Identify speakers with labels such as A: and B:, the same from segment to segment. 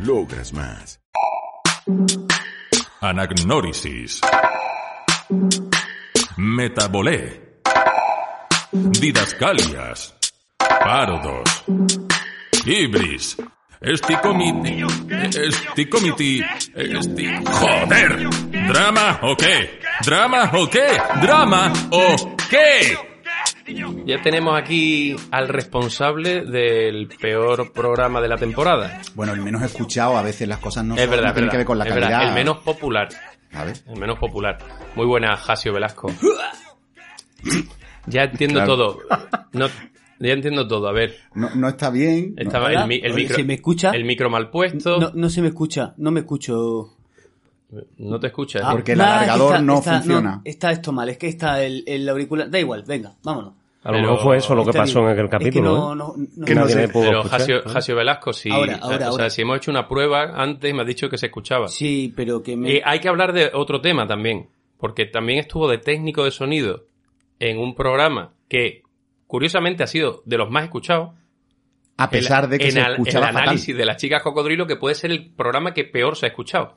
A: Logras más.
B: Anagnórisis. Metabolé. Didascalias. Pardos. Ibris. Esticomiti. Esticomiti. Esti. ¡Joder! ¿Drama o qué? ¿Drama o qué? ¿Drama o qué?
C: Ya tenemos aquí al responsable del peor programa de la temporada.
D: Bueno, el menos escuchado, a veces las cosas no,
C: es
D: son-
C: verdad,
D: no
C: es
D: tienen
C: verdad,
D: que ver con la
C: es
D: calidad.
C: verdad. El menos popular.
D: A ver.
C: El menos popular. Muy buena, Jasio Velasco. Ya entiendo
D: Claro.
C: todo. No, ya entiendo todo. A ver,
D: No, no está bien. no-
C: estaba el, mi- el
E: Oye,
C: micro.
E: ¿se me escucha?
C: El micro mal puesto.
E: No,
C: No,
E: no se me escucha, no me escucho.
C: te ¿eh? escuchas.
E: Ah,
D: Porque el
E: ah, que
D: alargador no funciona.
E: está esto mal, es que está el, el auricular. Da igual, venga, vámonos.
F: A
C: Pero-
F: lo mejor fue eso lo que
E: Está
F: pasó
E: bien.
F: en aquel
E: Es que
F: capítulo. ¿eh?
E: no- no- no-
F: Que
E: no
F: nadie
D: sé.
F: me pudo
C: Pero
F: escuchar.
C: Jasio, Jasio Velasco, si,
E: Ahora, ahora,
C: o sea,
E: ahora.
C: si hemos hecho una prueba antes, me has dicho que se escuchaba.
E: Sí, pero que me.
C: Eh, hay que hablar de otro tema también, porque también estuvo de técnico de sonido en un programa que, curiosamente, ha sido de los más escuchados.
D: A pesar de que
C: en
D: se
C: al-
D: escuchaba
C: el
D: fatal.
C: análisis de las chicas cocodrilo, que puede ser el programa que peor se ha escuchado.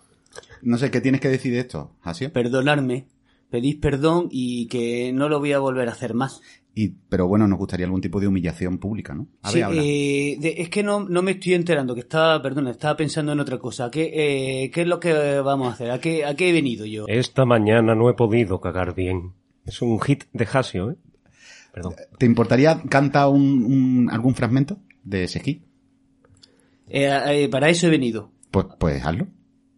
D: No sé, ¿qué tienes que decir de esto, Asio?
E: Perdonarme. Pedís perdón y que no lo voy a volver a hacer más.
D: Y, pero bueno, nos gustaría algún tipo de humillación pública, ¿no? A ver,
E: Sí,
D: habla.
E: eh, de- es que no, no me estoy enterando, que estaba, perdón, estaba pensando en otra cosa. ¿Qué, eh, qué es lo que vamos a hacer? ¿A qué, a qué he venido yo?
F: Esta mañana no he podido cagar bien. Es un hit de Jasio, ¿eh? Perdón.
D: ¿Te importaría cantar un, un- algún fragmento de Seji?
E: Eh, eh, para eso he venido.
D: Pues, pues hazlo.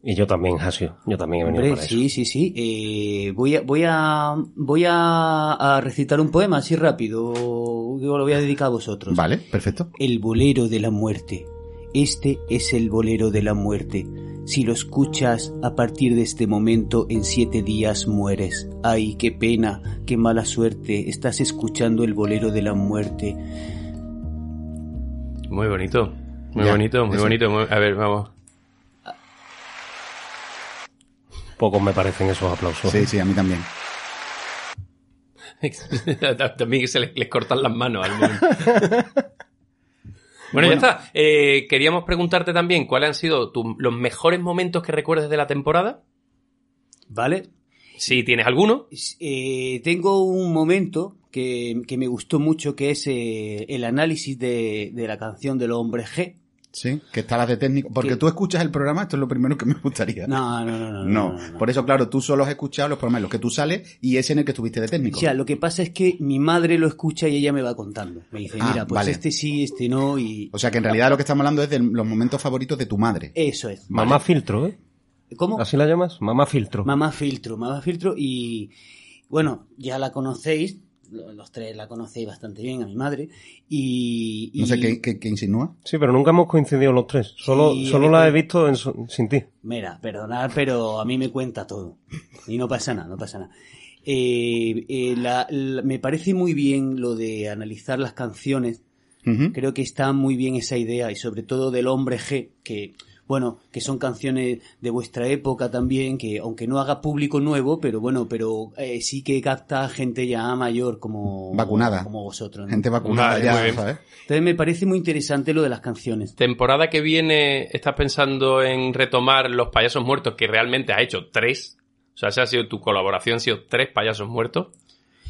F: Y yo también, Jasio. Yo también he venido
E: Hombre,
F: para eso.
E: sí, sí, sí. Eh, voy a, voy a, voy a, a recitar un poema así rápido. Yo lo voy a dedicar a vosotros.
D: Vale, perfecto.
E: El bolero de la muerte. Este es el bolero de la muerte. Si lo escuchas, a partir de este momento, en siete días mueres. Ay, qué pena, qué mala suerte. Estás escuchando el bolero de la muerte.
C: Muy bonito, muy
D: Ya,
C: bonito, muy
D: eso.
C: bonito. muy- a ver, vamos.
F: Pocos me parecen esos aplausos.
D: Sí, sí, a mí también.
C: También se les, les cortan las manos al momento. Bueno, ya está. Eh, queríamos preguntarte también cuáles han sido tus- los mejores momentos que recuerdes de la temporada.
E: ¿Vale?
C: Si tienes alguno.
E: Eh, tengo un momento que, que me gustó mucho, que es eh, el análisis de, de la canción de los hombres G.
D: Sí, que está las de técnico. Porque
E: ¿Qué?
D: tú escuchas el programa, esto es lo primero que me gustaría.
E: No, no, no, no.
D: No,
E: no, no.
D: por eso, claro, tú solo has escuchado los programas en los que tú sales y ese en el que estuviste de técnico.
E: O sea, lo que pasa es que mi madre lo escucha y ella me va contando. Me dice,
D: Ah,
E: mira, pues
D: vale.
E: este sí, este no, y...
D: O sea, que en realidad lo que estamos hablando es de los momentos favoritos de tu madre.
E: Eso es.
F: Mamá filtro, ¿eh?
E: ¿Cómo?
F: ¿Así la llamas? Mamá filtro.
E: Mamá filtro, mamá filtro y... Bueno, ya la conocéis, lo- los tres la conocéis bastante bien a mi madre, y... y-
D: No sé qué, qué- qué insinúa.
F: Sí, pero nunca hemos coincidido los tres. Solo,
E: Sí,
F: solo
E: eh,
F: la
E: eh.
F: he visto en su- sin ti.
E: Mira, perdonad, pero a mí me cuenta todo. Y no pasa nada, no pasa nada. Eh, eh, la- la- me parece muy bien lo de analizar las canciones
D: Ujú.
E: Creo que está muy bien esa idea y sobre todo del hombre G, que bueno, que son canciones de vuestra época también, que aunque no haga público nuevo, pero bueno, pero eh, sí que capta gente ya mayor como
D: Vacunada.
E: como vosotros. ¿no?
D: Gente vacunada
C: Vale, muy
D: ya,
C: bien.
D: ¿sabes?
E: Entonces me parece muy interesante lo de las canciones.
C: Temporada que viene, ¿estás pensando en retomar los payasos muertos que realmente has hecho tres? O sea, esa ha sido tu colaboración, han sido tres payasos muertos.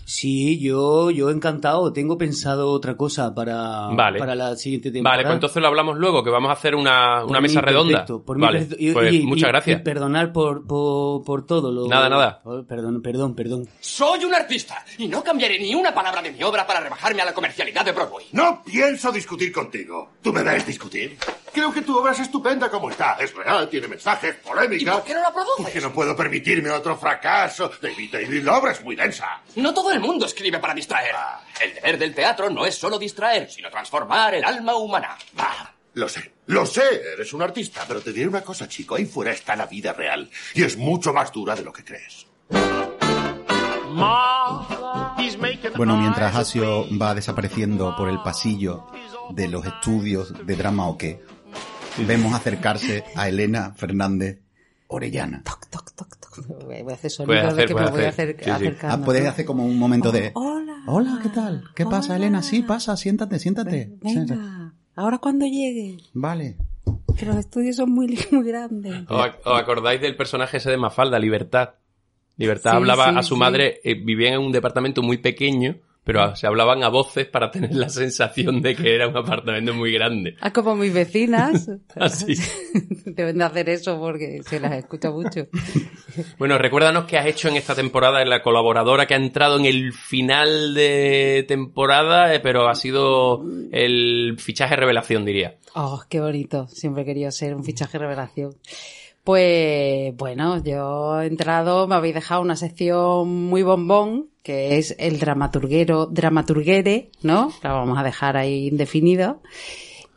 E: Sí, yo yo encantado, tengo pensado otra cosa para
C: Vale.
E: para la siguiente temporada.
C: Vale, pues entonces lo hablamos luego, que vamos a hacer una,
E: Por
C: una
E: mí,
C: mesa redonda.
E: perfecto, por mí,
C: vale,
E: perdo- y-
C: pues
E: y- y-
C: muchas
E: y
C: gracias.
E: perdonar por, por, por todo lo
C: Nada, nada.
E: por- Perdón, perdón, perdón.
G: Soy un artista y no cambiaré ni una palabra de mi obra para rebajarme a la comercialidad de Broadway.
H: No pienso discutir contigo. ¿Tú me ves discutir? Creo que tu obra es estupenda como está. Es real, tiene mensajes,
G: ¿Y
H: polémica.
G: por qué no la produces?
H: Porque no puedo permitirme otro fracaso. David David, la obra es muy densa.
G: No todo el mundo escribe para distraer.
C: Ah.
G: El deber del teatro no es solo distraer, sino transformar el alma humana.
H: Bah, lo sé. Lo sé, eres un artista, pero te diré una cosa, chico. Ahí fuera está la vida real. Y es mucho más dura de lo que crees.
D: Bueno, mientras Asio va desapareciendo por el pasillo de los estudios de drama o qué, vemos acercarse a Elena Fernández Orellana.
I: Toc, toc, toc, toc. Voy a hacer
C: Puedes
I: sonido cada
C: hacer,
I: vez que
C: puedes
I: me voy a
C: hacer.
I: hacer,
C: Sí, sí.
I: acercando.
D: Ah, puedes hacer como un momento de...
I: Oh, Hola.
D: Hola, ¿qué tal? ¿Qué pasa,
I: Hola.
D: Elena? Sí, pasa, siéntate, siéntate.
I: Venga, ahora cuando llegue,
D: Vale.
I: que los estudios son muy, muy grandes.
C: ¿Os ac- os acordáis del personaje ese de Mafalda, Libertad? Libertad
I: Sí,
C: hablaba
I: sí,
C: a su
I: sí.
C: madre, eh, vivían en un departamento muy pequeño, pero a- se hablaban a voces para tener la sensación de que era un apartamento muy grande.
I: Ah, como mis vecinas.
C: Así.
I: Deben de hacer eso porque se las escucha mucho.
C: Bueno, recuérdanos qué has hecho en esta temporada, en la colaboradora que ha entrado en el final de temporada, eh, pero ha sido el fichaje revelación, diría.
I: Oh, qué bonito. Siempre he querido ser un fichaje revelación. Pues bueno, yo he entrado, me habéis dejado una sección muy bombón, que es el dramaturguero, dramaturguere, ¿no? La vamos a dejar ahí indefinido.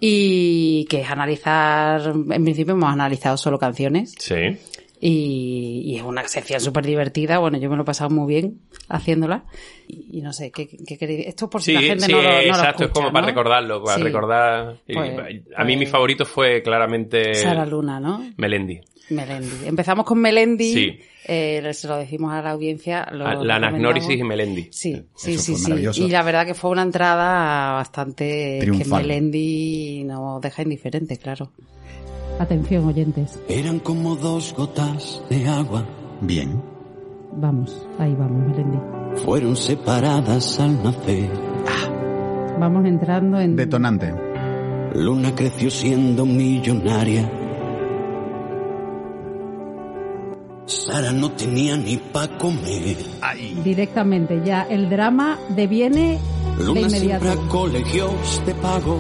I: Y que es analizar, en principio hemos analizado solo canciones.
C: Sí.
I: Y, y es una sección súper divertida. Bueno, yo me lo he pasado muy bien haciéndola. Y, y no sé, ¿qué, qué queréis? Esto por
C: Sí,
I: si la gente
C: sí,
I: no lo, no lo
C: exacto, es
I: escucha,
C: como para
I: ¿no?
C: recordarlo, para
I: Sí.
C: recordar. Y,
I: Pues-
C: a mí
I: pues-
C: mi favorito fue claramente
I: Sara Luna, ¿no?
C: Melendi.
I: Melendi. Empezamos con Melendi.
C: Sí.
I: Eh, se lo decimos a la audiencia. Lo
C: Ah, la anagnórisis y
I: recomendamos.
C: Melendi.
I: Sí, sí,
D: Eso
I: sí,
D: fue
I: sí.
D: maravilloso.
I: Y la verdad que fue una entrada bastante
D: Triunfal.
I: que Melendi nos deja indiferente, claro.
J: Atención oyentes,
K: Eran como dos gotas de agua,
D: Bien.
J: vamos, ahí vamos, Melendi.
K: fueron separadas al nacer.
J: Ah, Vamos entrando en...
D: Detonante.
K: Luna creció siendo millonaria. Sara no tenía ni pa' comer.
J: Directamente ya, el drama deviene de
K: Luna
J: inmediato.
K: siempre a colegios de pago.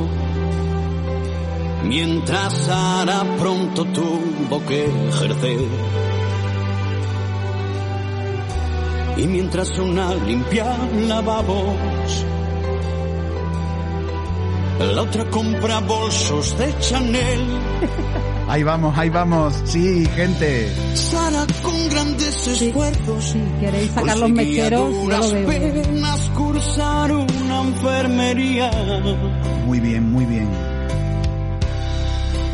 K: Mientras Sara pronto tuvo que ejercer. Y mientras una limpia lavabos, la otra compra bolsos de Chanel.
D: Ahí vamos, ahí vamos. Sí, gente.
K: Sara con grandes esfuerzos.
J: Si queréis sacar los
K: conseguía
J: mecheros, yo
K: duras
J: lo veo.
K: penas cursar una enfermería.
D: Muy bien, muy bien.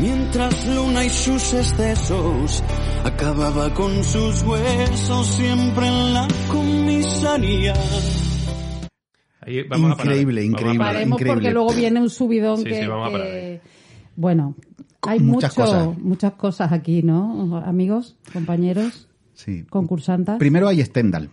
K: Mientras Luna y sus excesos acababa con sus huesos siempre en la comisaría.
L: Ahí vamos a parar.
D: Increíble, increíble,
J: Paremos porque
D: increíble.
J: luego viene un subidón
L: Sí,
J: que...
L: sí, vamos a parar
J: que-
L: ahí.
J: Bueno,
D: Con
J: hay
D: muchas
J: muchas,
D: cosas.
J: cosas. muchas cosas aquí, ¿no? Amigos, compañeros,
D: Sí.
J: concursantas.
D: Primero hay Stendhal.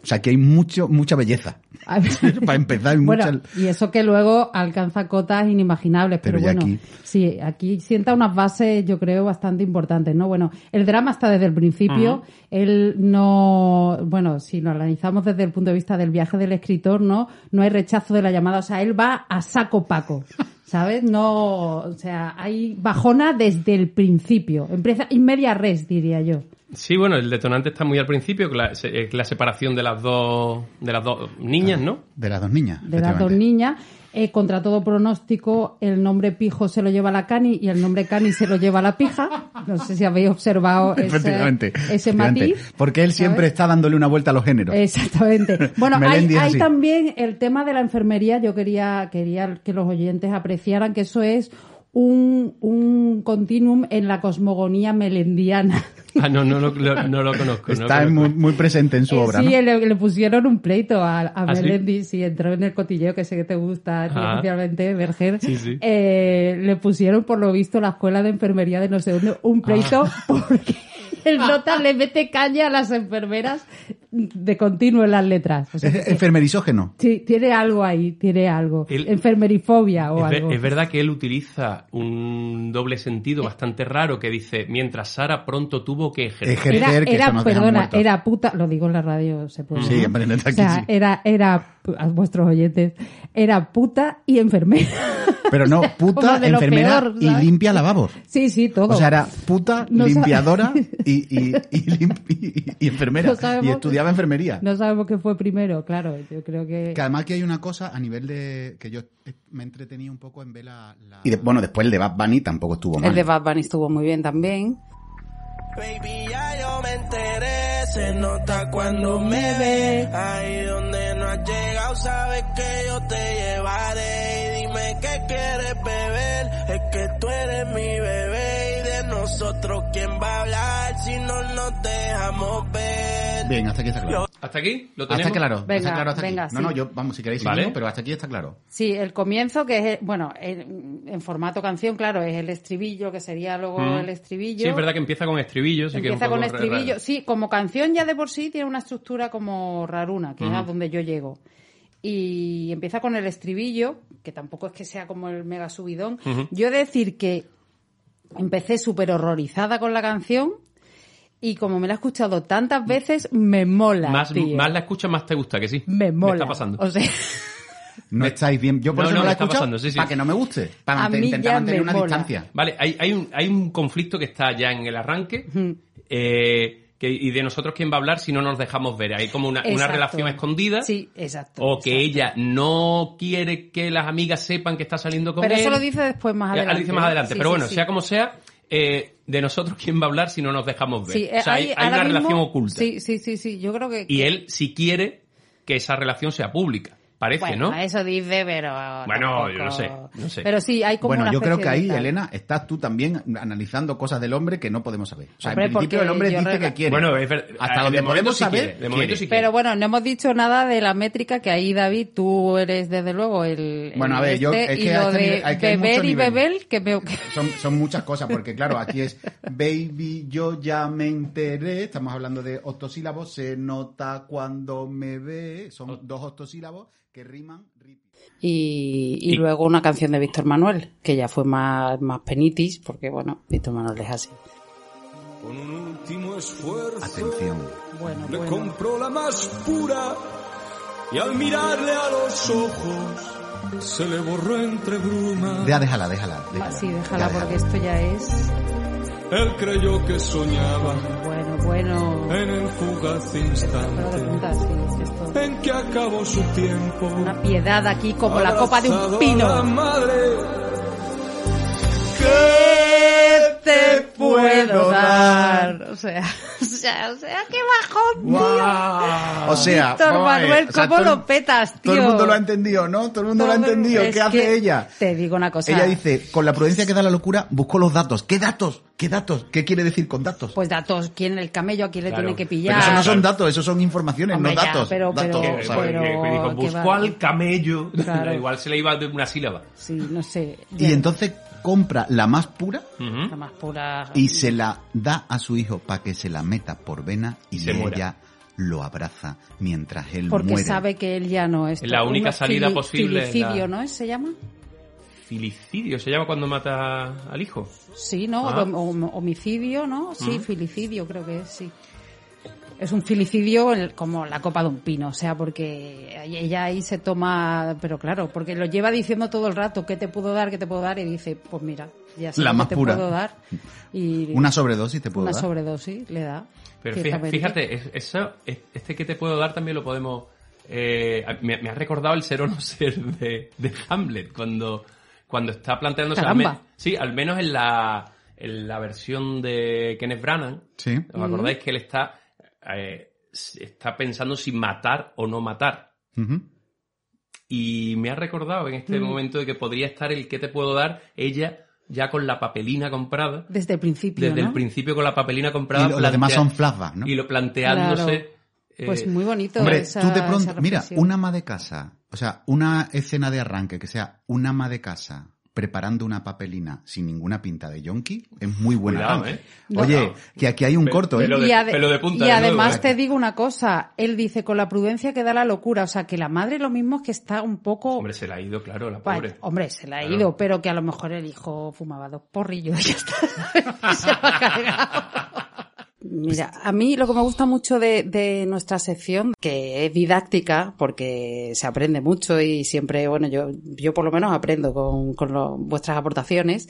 D: O sea, que hay mucho, mucha belleza.
J: A ver.
D: Para empezar, hay
J: Bueno,
D: mucha...
J: y eso que luego alcanza cotas inimaginables, pero,
D: Pero ya
J: bueno,
D: aquí-
J: sí, aquí sienta unas bases, yo creo, bastante importantes, ¿no? Bueno, el drama está desde el principio, él no, bueno, si lo analizamos desde el punto de vista del viaje del escritor, ¿no? No hay rechazo de la llamada, o sea, él va a saco paco. ¿Sabes? No, o sea, hay bajona desde el principio. Empieza y media res, diría yo.
C: Sí, bueno, el detonante está muy al principio, que la, se- eh, la separación de las dos de las dos niñas, ¿no?
D: De las dos niñas.
J: de las dos
D: efectivamente.
J: niñas. Eh, contra todo pronóstico, el nombre pijo se lo lleva la cani y el nombre cani se lo lleva la pija. No sé si habéis observado ese,
D: Efectivamente.
J: ese
D: efectivamente.
J: matiz.
D: Porque él siempre
J: ¿sabes?
D: está dándole una vuelta a los géneros.
J: Exactamente. Bueno, hay,
D: Melendi es
J: hay
D: así.
J: también el tema de la enfermería. Yo quería, quería que los oyentes apreciaran que eso es un, un continuum en la cosmogonía melendiana.
C: Ah, no, no, lo- lo- no lo conozco. no lo
D: Está
C: conozco.
D: muy, muy presente en su
J: Eh,
D: obra.
J: sí,
D: ¿no?
J: le, le pusieron un pleito a, a
C: ¿Ah, sí?
J: Melendi, sí, entró en el cotilleo que sé que te gusta a ti
C: Ah.
J: especialmente, Berger.
C: Sí, sí.
J: Eh, le pusieron, por lo visto, la escuela de enfermería de no sé dónde, un
C: Ah.
J: pleito porque el nota le mete caña a las enfermeras de continuo en las letras. O sea,
D: Es
J: que-
D: enfermerizógeno.
J: sí, tiene algo ahí, tiene algo.
C: El-
J: Enfermerifobia o
C: Es, ve-
J: algo.
C: es verdad que él utiliza un doble
D: Eh.
C: sentido bastante raro que dice, mientras Sara pronto tuvo que ejercer.
D: Ejercer,
J: era,
D: que
J: era,
D: eso nos deja
J: perdona,
D: muertos.
J: era puta, lo digo en la radio, se puede.
D: Sí,
J: ¿no?
D: hombre, desde
J: O
D: aquí
J: sea,
D: sí.
J: era, era
I: a vuestros oyentes, era puta y enfermera.
D: Pero no, puta,
I: como de lo
D: enfermera
I: peor,
D: y
I: ¿sabes?
D: limpia lavabos.
I: Sí, sí, todo.
D: O sea, era puta,
I: No sa-
D: limpiadora y, y- y lim- y- y enfermera.
I: No sabemos-
D: y estudiaba enfermería.
I: No sabemos qué fue primero, claro, yo creo que...
D: Que además que hay una cosa a nivel de... que yo me entretenía un poco en ver la... la-
M: Y de-
D: bueno, después el de Bad Bunny tampoco estuvo
M: El de Bad Bunny estuvo muy bien también.
N: Se nota cuando me ve. Ahí donde no has llegado, sabes que yo te llevaré. Y dime qué quieres beber. Es que tú eres mi bebé. Y de nosotros, ¿quién va a hablar si no nos dejamos ver?
D: Bien, hasta aquí está claro.
C: ¿Hasta aquí? ¿Lo tenemos?
D: Hasta claro,
I: Venga,
D: está claro hasta aquí.
I: venga,
D: No, no,
I: sí.
D: yo, vamos, si queréis
C: Vale.
D: seguimos, pero hasta aquí está claro.
I: Sí, el comienzo, que es, el- bueno, el- en formato canción, claro, es el estribillo, que sería luego
C: Mm.
I: el estribillo.
C: Sí, es verdad que empieza con estribillos. sí que es un
I: Empieza con
C: poco raro.
I: estribillo. Sí, como canción ya de por sí tiene una estructura como raruna, que es a
C: Ujú.
I: donde yo llego. Y empieza con el estribillo, que tampoco es que sea como el mega subidón.
O: Ujú.
I: Yo he de decir que empecé súper horrorizada con la canción y como me la he escuchado tantas veces, me mola.
C: Más,
I: tío.
C: más la escuchas, más te gusta, que sí.
I: me mola.
C: está pasando.
I: O sea,
D: No estáis bien. Yo por
C: No,
D: eso
C: no,
D: no, la
C: está
D: escucho
C: pasando, sí, sí.
D: para que no me guste. Para
I: A
D: mant-
I: mí
D: intentar
I: ya
D: mantener
I: me
D: una
I: mola.
D: distancia.
C: Vale, hay, hay, un, hay un conflicto que está ya en el arranque. eh, que, y de nosotros, ¿quién va a hablar si no nos dejamos ver? Hay como una, una
I: Exacto.
C: relación escondida.
I: sí, exacto.
C: O que ella no quiere que las amigas sepan que está saliendo con
I: Pero
C: él.
I: eso lo dice después más
C: Ya,
I: adelante.
C: lo dice más adelante.
I: Sí,
C: Pero
I: sí,
C: bueno,
I: sí.
C: sea como sea, eh, de nosotros, ¿quién va a hablar si no nos dejamos ver?
I: Sí,
C: o sea, hay,
I: ahí,
C: hay
I: ahora
C: una
I: mismo-
C: relación oculta.
I: Sí, eh, sí, sí, sí. Yo creo que.
C: Y él sí quiere que esa relación sea pública. Parece,
I: bueno,
C: este, ¿no?
I: Eso dice, pero.
C: Bueno,
I: tampoco-
C: yo no sé, no sé.
I: Pero sí, hay como
D: Bueno,
I: una
D: yo creo
I: especie
D: que
I: de
D: ahí,
I: tal.
D: Elena, estás tú también analizando cosas del hombre que no podemos saber. O sea,
I: Hombre,
D: en principio
I: porque
D: el hombre
I: yo
D: dice
I: rela-
D: que quiere.
C: Bueno, es ver- eh,
D: Hasta
C: de
D: donde
C: momento
D: podemos
C: sí
D: saber,
C: quiere, de momento
D: quiere.
C: sí quiere.
I: Pero bueno, no hemos dicho nada de la métrica que ahí, David, tú eres desde luego el.
D: Bueno, a
I: el
D: ver, yo-
I: este,
D: es
I: y
D: que a
I: lo
D: este
I: de
D: nivel- es que hay
I: beber
D: mucho
I: y
D: nivel.
I: beber, que me. que-
D: Son, son muchas cosas, porque claro, aquí es baby, yo ya me enteré. Estamos hablando de octosílabos, se nota cuando me ve. Son dos octosílabos que riman.
M: Y, y luego una canción de Víctor Manuel, que ya fue más, más penitis, porque bueno, Víctor Manuel es así.
P: Con un último esfuerzo
D: Atención.
P: le compró la más pura y al mirarle a los ojos se le borró entre brumas.
D: Ya, déjala, déjala. déjala.
I: Ah, sí, déjala,
D: Ya,
I: porque esto ya es.
P: Él creyó que soñaba
I: Bueno, bueno.
P: en el fugaz instante en que acabó su tiempo.
I: Una piedad aquí, como la copa de un
P: Abrazado a la
I: pino.
P: madre
I: ¿Qué te
N: puedo dar?
I: O sea, o sea, o sea, qué bajón, tío.
D: O sea,
I: Víctor
D: vamos a ver,
I: Manuel,
D: o sea,
I: ¿cómo
D: todo el-
I: lo petas, tío?
D: Todo el mundo lo ha entendido, ¿no? Todo el mundo lo ha
I: Todo el-
D: entendido.
I: es
D: ¿Qué hace
I: que-
D: ella?
I: Te digo una cosa.
D: Ella dice, con la prudencia que da la locura, buscó los datos. ¿Qué datos? ¿Qué datos? ¿Qué quiere decir con datos?
I: Pues datos, ¿quién el camello aquí le
D: Claro.
I: tiene que
D: Pero eso
I: pillar?
D: no son datos, eso son informaciones,
I: Hombre,
D: no
I: ya,
D: datos.
I: pero-
D: datos,
I: pero-
D: o sea,
I: pero-
C: Que dijo,
I: qué
C: buscó
I: bárbaro.
C: al camello.
I: Claro.
C: Igual se le iba de una sílaba.
I: Sí, no sé.
D: Y entonces compra la más pura
I: La más pura.
D: y se la da a su hijo para que se la meta por vena y
C: se
D: ella
C: muera.
D: lo abraza mientras él
I: Porque
D: muere.
I: sabe que él ya no es.
C: La única
I: Un
C: salida
I: fili-
C: posible es
I: Filicidio,
C: la-
I: ¿no? ¿Se llama?
C: Filicidio se llama cuando mata al hijo.
I: Sí, ¿no?
C: Ah.
I: O- o- homicidio, ¿no? Sí,
C: Ujú.
I: filicidio creo que es, sí. Es un filicidio el- como la copa de un pino, o sea, porque ella ahí se toma, pero claro, porque lo lleva diciendo todo el rato, ¿qué te puedo dar? ¿Qué te puedo dar? Y dice, pues mira, ya sé
D: La
I: lo que
D: más
I: te
D: pura.
I: puedo dar. Y
D: Una sobredosis te puedo
I: una
D: dar.
I: sobredosis le da.
C: Pero fíjate,
I: ciertamente.
C: fíjate, es- eso, es- este que te puedo dar también lo podemos... eh, me, me ha recordado el ser o no ser de, de Hamlet, cuando, cuando está planteándose... al
N: Caramba.
C: men- sí, al menos en la, en la versión de Kenneth Branagh.
D: Sí.
C: ¿Os acordáis que él está, eh, está pensando si matar o no matar?
D: Ujú.
C: Y me ha recordado en este
I: Mm.
C: momento de que podría estar el que te puedo dar ella ya con la papelina comprada.
I: Desde el principio,
C: Desde
I: ¿no?
C: el principio con la papelina comprada.
D: Y lo- los demás
C: plantea-
D: son flashbacks, ¿no?
C: Y lo planteándose. eh,
I: Pues muy bonito
D: Hombre,
I: esa-
D: tú de
I: esa
D: pronto, mira,
I: reflexión.
D: un ama de casa, o sea, una escena de arranque que sea un ama de casa preparando una papelina sin ninguna pinta de yonki, es muy buena.
C: Cuidado,
D: arranque.
C: ¿eh?
D: Oye,
C: Cuidado.
D: que aquí hay un
C: Pe-
D: corto, ¿eh?
C: pelo de-
I: y, ade-
C: pelo de punta
I: y
C: de nuevo,
I: además
C: ¿eh?
I: te digo una cosa, él dice con la prudencia que da la locura, o sea que la madre lo mismo es que está un poco...
C: Hombre, se la ha ido, claro, la
I: Vaya,
C: pobre.
I: hombre, se la ha
C: Claro.
I: ido, pero que a lo mejor el hijo fumaba dos porrillos y ya está. se lo ha cargado. Mira, a mí lo que me gusta mucho de, de nuestra sección, que es didáctica, porque se aprende mucho y siempre, bueno, yo, yo por lo menos aprendo con, con lo- vuestras aportaciones.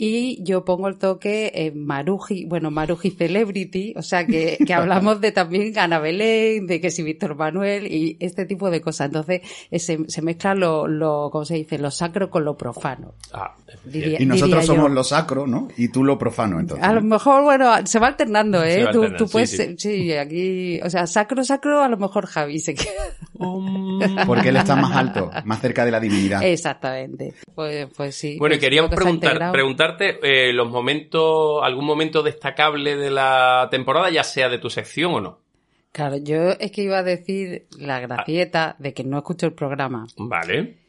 I: Y yo pongo el toque en Maruji, bueno, Maruji Celebrity, o sea que, que hablamos de también Ana Belén, de que si Víctor Manuel y este tipo de cosas. Entonces, eh, se, se mezcla lo, lo, ¿cómo se dice? Lo sacro con lo profano.
C: Ah,
D: y
I: Diría- diría
D: nosotros
I: yo.
D: somos lo sacro, ¿no? Y tú lo profano, entonces.
I: A lo mejor, bueno, se va alternando,
D: Se
I: ¿eh?
D: va
I: tú,
D: alternando,
I: tú puedes,
D: sí,
I: sí, aquí, o sea, sacro, sacro, a lo mejor Javi se queda.
D: Porque él está más alto, más cerca de la divinidad.
I: Exactamente. Pues, pues sí.
C: Bueno, y
I: pues
C: queríamos
I: creo que se ha
C: preguntar,
I: integrado.
C: preguntarte eh, los momentos, algún momento destacable de la temporada, ya sea de tu sección o no.
I: Claro, yo es que iba a decir la gracieta de que no escucho el programa.
C: Vale.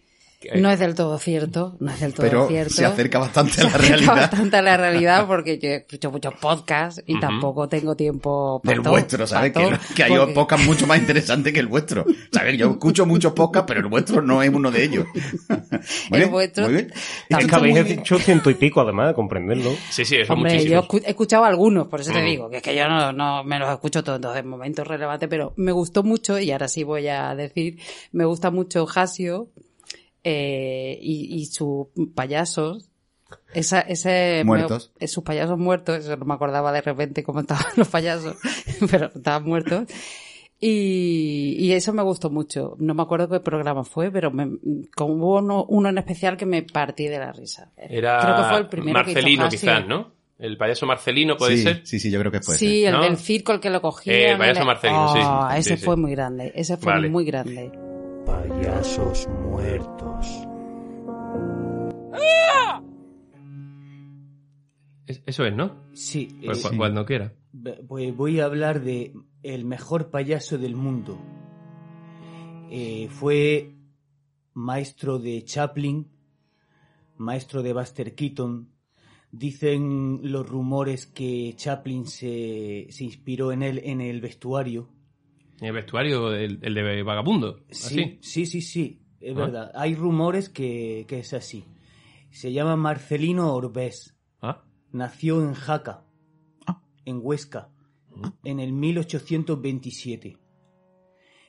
I: No es del todo cierto, no es del todo
D: Pero
I: cierto.
D: se acerca bastante a la
I: Se acerca
D: realidad.
I: bastante a la realidad porque yo escucho muchos podcasts y
D: Ujú.
I: tampoco tengo tiempo para
D: Del
I: todo,
D: vuestro, ¿sabes?
I: para
D: Que,
I: todo,
D: que hay
I: porque-
D: podcasts mucho más interesantes que el vuestro. ¿Sabes? Yo escucho muchos podcasts, pero el vuestro no es uno de ellos.
I: El vuestro-
D: muy bien.
F: Es que
I: Tanto
F: habéis
I: muy bien.
F: hecho ciento y pico, además, de comprenderlo.
C: Sí, sí, eso
I: Hombre, yo escu- he escuchado algunos, por eso te
F: Mm.
I: digo, que es que yo no, no me los escucho todos, entonces en momentos relevantes, pero me gustó mucho, y ahora sí voy a decir, me gusta mucho Hasio eh, y, y sus payasos. Esa, ese,
D: Muertos.
I: me- eh, sus payasos muertos, eso no me acordaba de repente cómo estaban los payasos, pero estaban muertos. Y, y eso me gustó mucho. No me acuerdo qué programa fue, pero me, como hubo uno, uno en especial que me partí de la risa.
C: Era
I: Creo que fue el primero que hizo
C: Marcelino,
I: Hasio.
C: quizás, ¿no? El payaso Marcelino, ¿puede
D: Sí,
C: ser?
D: Sí, sí, yo creo que puede
I: Sí, el
C: ¿No?
I: del circo, el que lo cogía.
C: Eh, el payaso Marcelino, sí,
I: Ah,
C: sí,
I: ese
C: sí.
I: fue muy grande, ese fue
C: Vale.
I: muy grande.
E: Payasos muertos.
C: Es- Eso es, ¿no?
E: Sí,
C: Pues
E: eh,
C: cu-
E: sí.
C: Cuando quiera.
E: Ve- Pues voy a hablar de el mejor payaso del mundo. Eh, fue maestro de Chaplin, maestro de Buster Keaton. Dicen los rumores que Chaplin se, se inspiró en él en el vestuario.
C: El vestuario, el, el de vagabundo.
E: Sí,
C: así.
E: sí, sí, sí, es
C: Ah.
E: verdad. Hay rumores que, que es así. Se llama Marcelino Orbés.
C: Ah.
E: Nació en Jaca, en Huesca, en el 1827.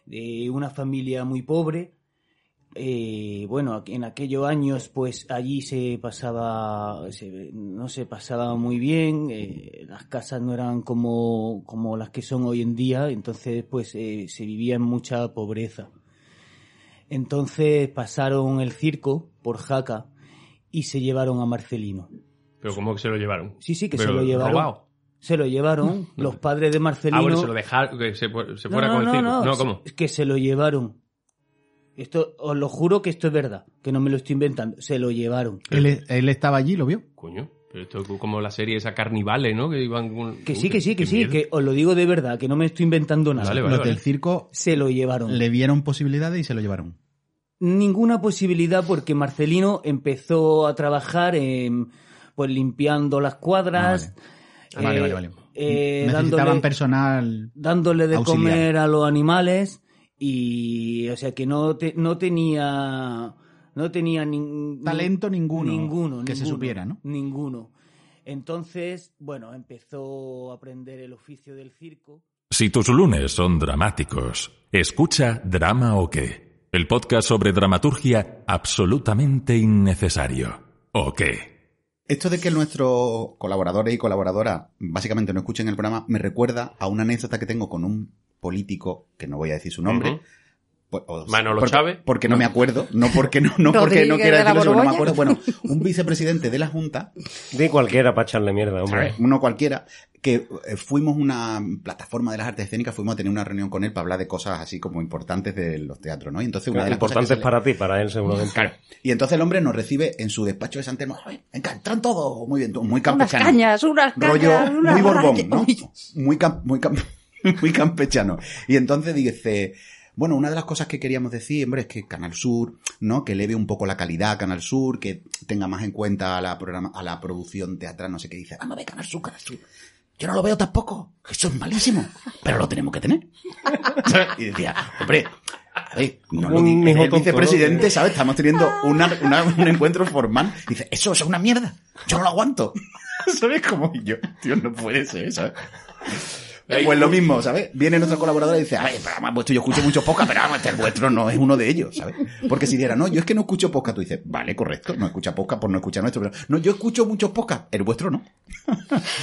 E: De una familia muy pobre. Eh, bueno, aqu- en aquellos años, pues allí se pasaba, se- no se pasaba muy bien, eh, las casas no eran como, como las que son hoy en día, entonces pues eh, se vivía en mucha pobreza. Entonces pasaron el circo por Jaca y se llevaron a Marcelino.
C: Pero ¿cómo que se lo llevaron?
E: Sí, sí, que
C: Pero
E: se lo llevaron.
C: robado.
E: Se lo llevaron los padres de Marcelino.
C: Ah, bueno, se lo dejaron, que se, fu- se
E: No,
C: fuera
E: no,
C: con el
E: no,
C: circo.
E: no,
C: No, ¿cómo?
E: Es que se lo llevaron. Esto, os lo juro que esto es verdad, que no me lo estoy inventando. Se lo llevaron.
Q: Él, él estaba allí, lo vio.
C: Coño, pero esto es como la serie esa Carnivales, ¿no? Que iban con...
E: Que
C: Uy,
E: sí, que sí,
C: qué
E: que sí,
C: miedo.
E: que os lo digo de verdad, que no me estoy inventando nada.
C: Vale, vale,
Q: Los del
C: vale.
Q: circo
E: se lo llevaron.
Q: le vieron posibilidades y se lo llevaron. Ah,
E: Ninguna posibilidad porque Marcelino empezó a trabajar en, pues limpiando las cuadras.
Q: Ah, vale,
E: eh,
Q: vale, vale.
E: eh,
Q: Necesitaban
E: dándole-
Q: personal.
E: dándole de
Q: Auxiliar.
E: comer a los animales y o sea que no te- no tenía no tenía nin-
Q: Talento ninguno
E: ninguno
Q: que se
E: ninguno,
Q: supiera, ¿no?
E: ninguno entonces bueno empezó a aprender el oficio del circo
B: Si tus lunes son dramáticos, escucha Drama o qué, el podcast sobre dramaturgia absolutamente innecesario. ¿O qué?
D: Esto de que nuestros colaboradores y colaboradoras básicamente no escuchen el programa me recuerda a una anécdota que tengo con un político, que no voy a decir su nombre.
C: Ujú.
D: Pues, o-
C: Manolo
D: porque,
C: Chávez.
D: Porque no me acuerdo, no porque no, no porque no
Q: Rodríguez
D: quiera
Q: de la
D: decirlo, sino que no me
Q: Borgoña.
D: acuerdo. Bueno, un vicepresidente de la Junta
F: De cualquiera para echarle mierda, hombre.
D: ¿sabes? uno cualquiera, que eh, fuimos a una plataforma de las artes escénicas, fuimos a tener una reunión con él para hablar de cosas así como importantes de los teatros, ¿no? Y entonces una de las cosas que
F: Importantes
D: se le-
F: para ti, para él seguramente.
D: Y entonces el hombre nos recibe en su despacho de San Telmo. "Ay, Venga, entran todos. Muy bien, tú, muy
I: Unas
D: campechano.
I: cañas, unas cañas,
D: Rollo
I: unas
D: muy borbón,
I: rayas.
D: ¿no? Muy, cam- muy, cam- muy campechano. Y entonces dice, bueno, una de las cosas que queríamos decir, hombre, es que Canal Sur, ¿no? Que eleve un poco la calidad a Canal Sur, que tenga más en cuenta a la, programa, a la producción teatral, no sé qué dice. Vamos a ver Canal Sur, Canal Sur. Yo no lo veo tampoco. Eso es malísimo. Pero lo tenemos que tener. y decía, hombre, a ver, no lo
F: Un
D: digas.
F: hijo
D: el
F: tonto,
D: vicepresidente,
F: ¿no?
D: ¿sabes? Estamos teniendo una- una- un encuentro formal. Dice, eso es una mierda. Yo no lo aguanto. ¿Sabes cómo? Y yo, tío, no puede ser, ¿sabes? Pues lo mismo, ¿sabes? Viene nuestra colaboradora y dice, ay, pero además, vuestro, yo escucho mucho podcast, pero además, este el vuestro no es uno de ellos, ¿sabes? Porque si diera, no, yo es que no escucho podcast, tú dices, vale, correcto, no escucha podcast por no escuchar nuestro, pero no, yo escucho muchos podcast, el vuestro no.